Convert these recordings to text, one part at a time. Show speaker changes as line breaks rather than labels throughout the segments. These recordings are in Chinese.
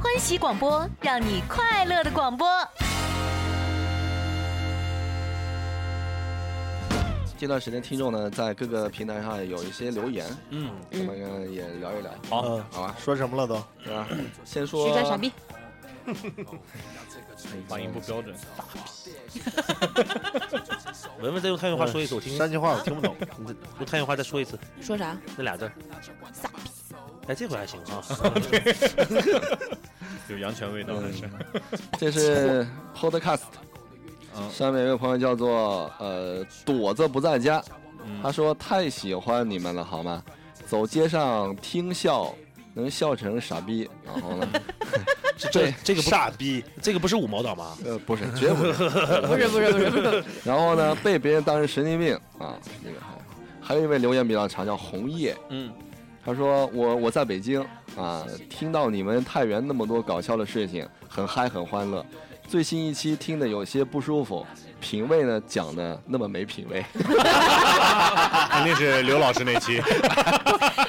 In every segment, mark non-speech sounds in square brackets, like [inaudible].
欢喜广播，让你快乐的广播。
这段时间，听众呢在各个平台上有一些留言，
嗯，
咱们也聊一聊，
好
嗯，
啊
好吧？
说什么了都？
对吧？先说哎
徐川嗯傻逼，
发音不标准，
[laughs] 文文再用太原话说一次，我听啊听
山。区话我听不懂。
用太原话再说一次
说啥？
那俩字儿。哎，这回还行啊。
有阳泉味道，还是
这是 Podcast，
[laughs] 嗯
上面有一位朋友叫做呃躲着不在家，
嗯
他说太喜欢你们了，好吗？走街上听笑，能笑成傻逼，然后呢？
这这这个不
傻逼，
这个不是五毛党吧？
呃，不是，绝不是。
[laughs] 不是不是不是不是，
[laughs] 然后呢，被别人当成神经病啊，这个还有还有一位留言比较长，叫红叶，
嗯，
他说我我在北京啊，听到你们太原那么多搞笑的事情，很嗨很欢乐。最新一期听的有些不舒服，品味呢讲的那么没品味。
肯定是刘老师那
[laughs]
期，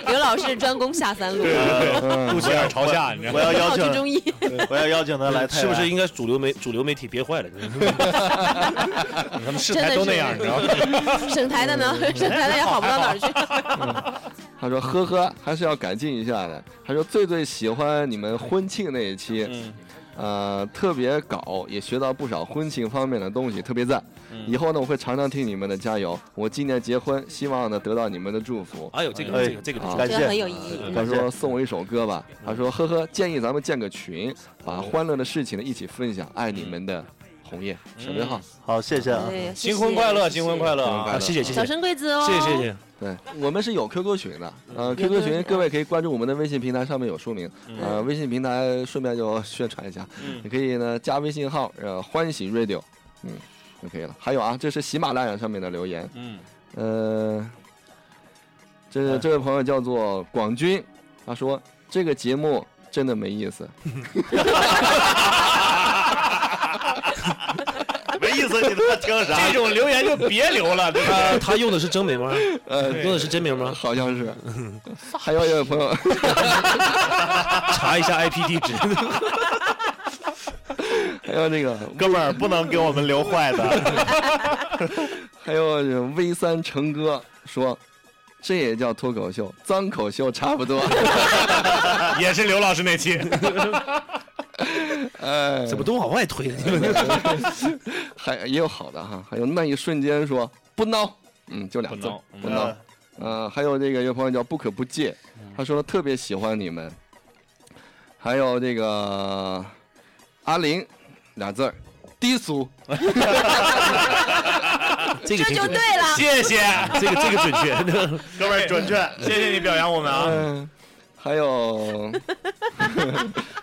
刘老师专攻下三路，
[laughs] 肚脐眼朝下，你知道
我
吗？
要邀
好
请
去，中医。
我要邀请他来太原。
是不是应该主流媒主流媒体憋坏了？ [laughs]
他们视台都那样，你知道吗？
[laughs] 省台的呢，省台的也好不到哪儿去。
他说呵呵，还是要改进一下的。他说最最喜欢你们婚庆那一期，
嗯
呃，特别搞，也学到不少婚庆方面的东西，特别赞。以后呢，我会常常听你们的，加油！我今年结婚，希望呢得到你们的祝福。
哎呦，这个
哎
这个这个
啊
觉
感
得很
谢
有意义。
他
感谢
说送我一首歌吧。他说呵呵，建议咱们建个群，把欢乐的事情呢一起分享。爱你们的红叶小编号。
好，谢谢啊。
对，谢谢
新婚快乐，新婚快乐
新婚快
啊！
啊，谢谢谢
小
谢
生贵子哦，
谢谢谢谢。
对我们是有 QQ 群的，呃
有嗯
，QQ
QQ 群
群各位可以关注我们的微信平台，上面有说明。呃，微信平台顺便就宣传一下，
嗯
你可以呢加微信号呃欢喜 radio，嗯就可以了。还有啊，这是喜马拉雅上面的留言，
嗯，
呃，这是这位朋友叫做广军，他说这个节目真的没意思，
没意思，你他妈听啥？
这种留言就别留了，对吧？
他他用的是真名吗？
呃，
用的是真名吗？
好像
[laughs]
是。还有一位朋友，
查一下 IP 地址。 [laughs]
还有那个，
哥们儿不能给我们留坏的。
还有这个 V 三成哥说，这也叫脱口秀，脏口秀差不多。
[laughs] 也是刘老师那期，
[laughs]
哎，
怎么都往外推呢？你们
还也有好的哈，还有那一瞬间说不孬，嗯，就俩字儿不
不孬
嗯
孬。呃，还有这个有朋友叫不可不戒，他说特别喜欢你们，还有这个阿林俩字儿低俗，
[laughs] 这个
这
挺
就
准
对，了。
谢谢，哎
这个这个准
[laughs]
确。
哥们儿准确。
谢谢你表扬我们啊！
嗯，还有 [laughs]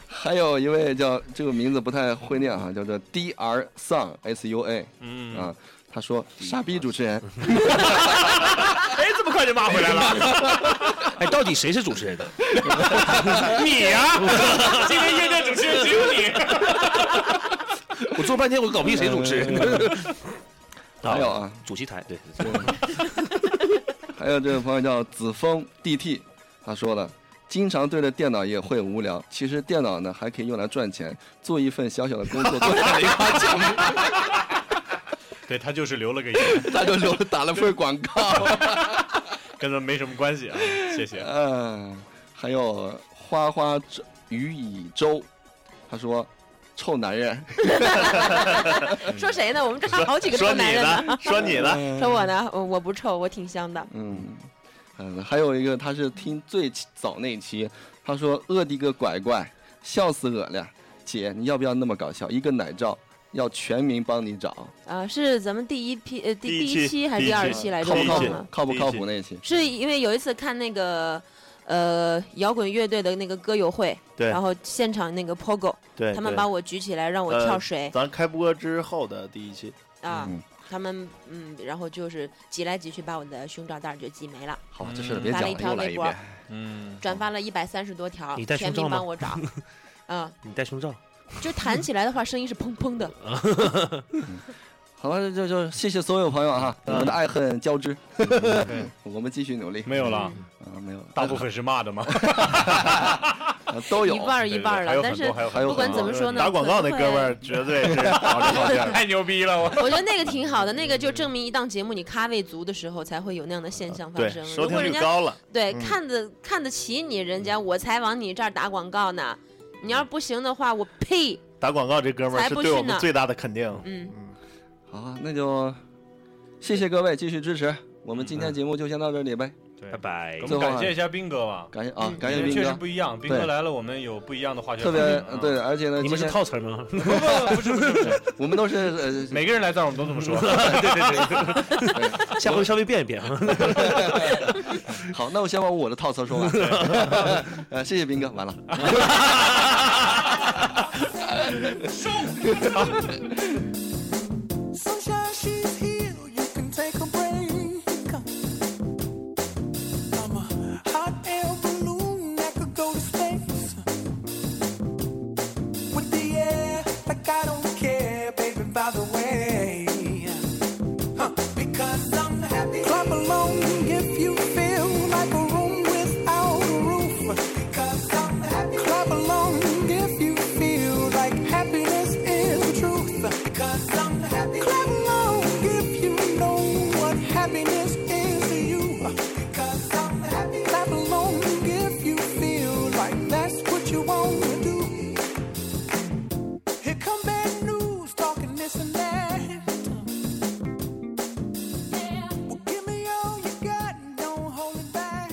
还有一位叫这个名字不太会念啊哈，叫做 D R Sun S U A
嗯，
啊，他说傻逼主持人，
哎，这么快就骂回
[laughs]
来了，
哎，到底谁是主持人？
你
[laughs]
呀，今天夜店主持人只有你。
[laughs] 我做半天我搞不定谁主
[laughs]
持 [laughs] 人。
还有啊，
主席台
[laughs]
对，
还有这位朋友叫子枫 D T，他说了。经常对着电脑也会无聊，其实电脑呢还可以用来赚钱，做一份小小的工作，做打零花节目，
对他就是留了个言，
他就留了打了份广告。
跟咱没什么关系啊，谢谢。
呃
嗯，还有花花之鱼以舟，他说臭男人，
说谁呢？我们这还好几个臭
说
男
你
人呢。
呢？说你
[laughs]
呢？
说我呢？我我不臭，我挺香的。
嗯嗯，还有一个他是听最早那期，他说我的个乖乖，笑死我了，姐你要不要那么搞笑？一个奶罩要全民帮你找，
啊，是咱们第一批呃第
第一
第
期
一期还是第二
第一期
哎
期
靠
来着？
第
不
一
靠
期期
忘
谱
了。？
靠不
第一
靠
期
谱那期？
是因为有一次看那个呃摇滚乐队的那个歌友会，
对
然后现场那个 POGO，
对，
他们
对
把我举起来让我跳水
咱开播之后的第一期，
啊
嗯。
他们嗯，然后就是挤来挤去，把我的胸罩带儿就挤没
哦
了，
好，这事儿别
发
讲
了一
了，又
条
来
微
一
博
遍。
嗯，
转发了一百三十多条，
你戴
全
胸罩
民
吗
帮我
[laughs]
找。嗯，
你戴胸罩。
就弹起来的话，声音是砰砰的。
好了，就就谢谢所有朋友哈，我们的爱恨交织， [laughs]
[laughs]
我们继续努力。
嗯没有了，
啊，没有了，
大部分是骂的嘛。
啊
哎
都有
一。半儿嗯一半儿
还
了
有，
但
很
是
多，还有
还有
不管
很
怎么
多
说呢，
打广告那
可能
哥们
会
儿绝对是保着
[laughs]
保着。
太牛逼了，我
我觉得那个挺好的，那个就证明一档节目你咖位足的时候才会有那样的现象发
对，
生。
收
如
听
果人
率
家
高
[laughs]
了，
对
嗯
看得看得起你，人家我才往你这儿打广告呢。你要是不行的话，我呸！
打广告这哥们儿
才
是
不
对我
去
们
呢
最大的肯定。
嗯，
好啊，那就谢谢各位继续支持，我们今天节目就先到这里呗。
对
拜拜
我
最
们
后
感
啊
谢一下斌哥吧，
感谢啊
嗯，
感谢
因为
斌
确实
哥，
不一样，斌哥
对
来了，我们有不一样的化学
特别
反应啊
对，而且呢，
你们是
今天
套词儿吗？ [laughs]
不不是不是不是，
我们都是呃
每个人来这儿我们都这么
[laughs]
说。
下回稍微变一变啊。
好，那我先把我的套词说完。呃，谢谢斌哥，完了。
Sunshine, she's here. You can take a break. I'm a hot air balloon that could go to space. With the air, like I don't care, baby, by the way. Huh, Because I'm happy. Clap along if you feel like a room without a roof. Because I'm happy. Clap along if you feel like happiness is the truth. Because I'm happy. Clap along if you know what happiness is to you. Because I'm happy. Clap along if you feel like that's what you want to do. Here come bad news, talking this and that. Well, give me all you got, don't hold it back.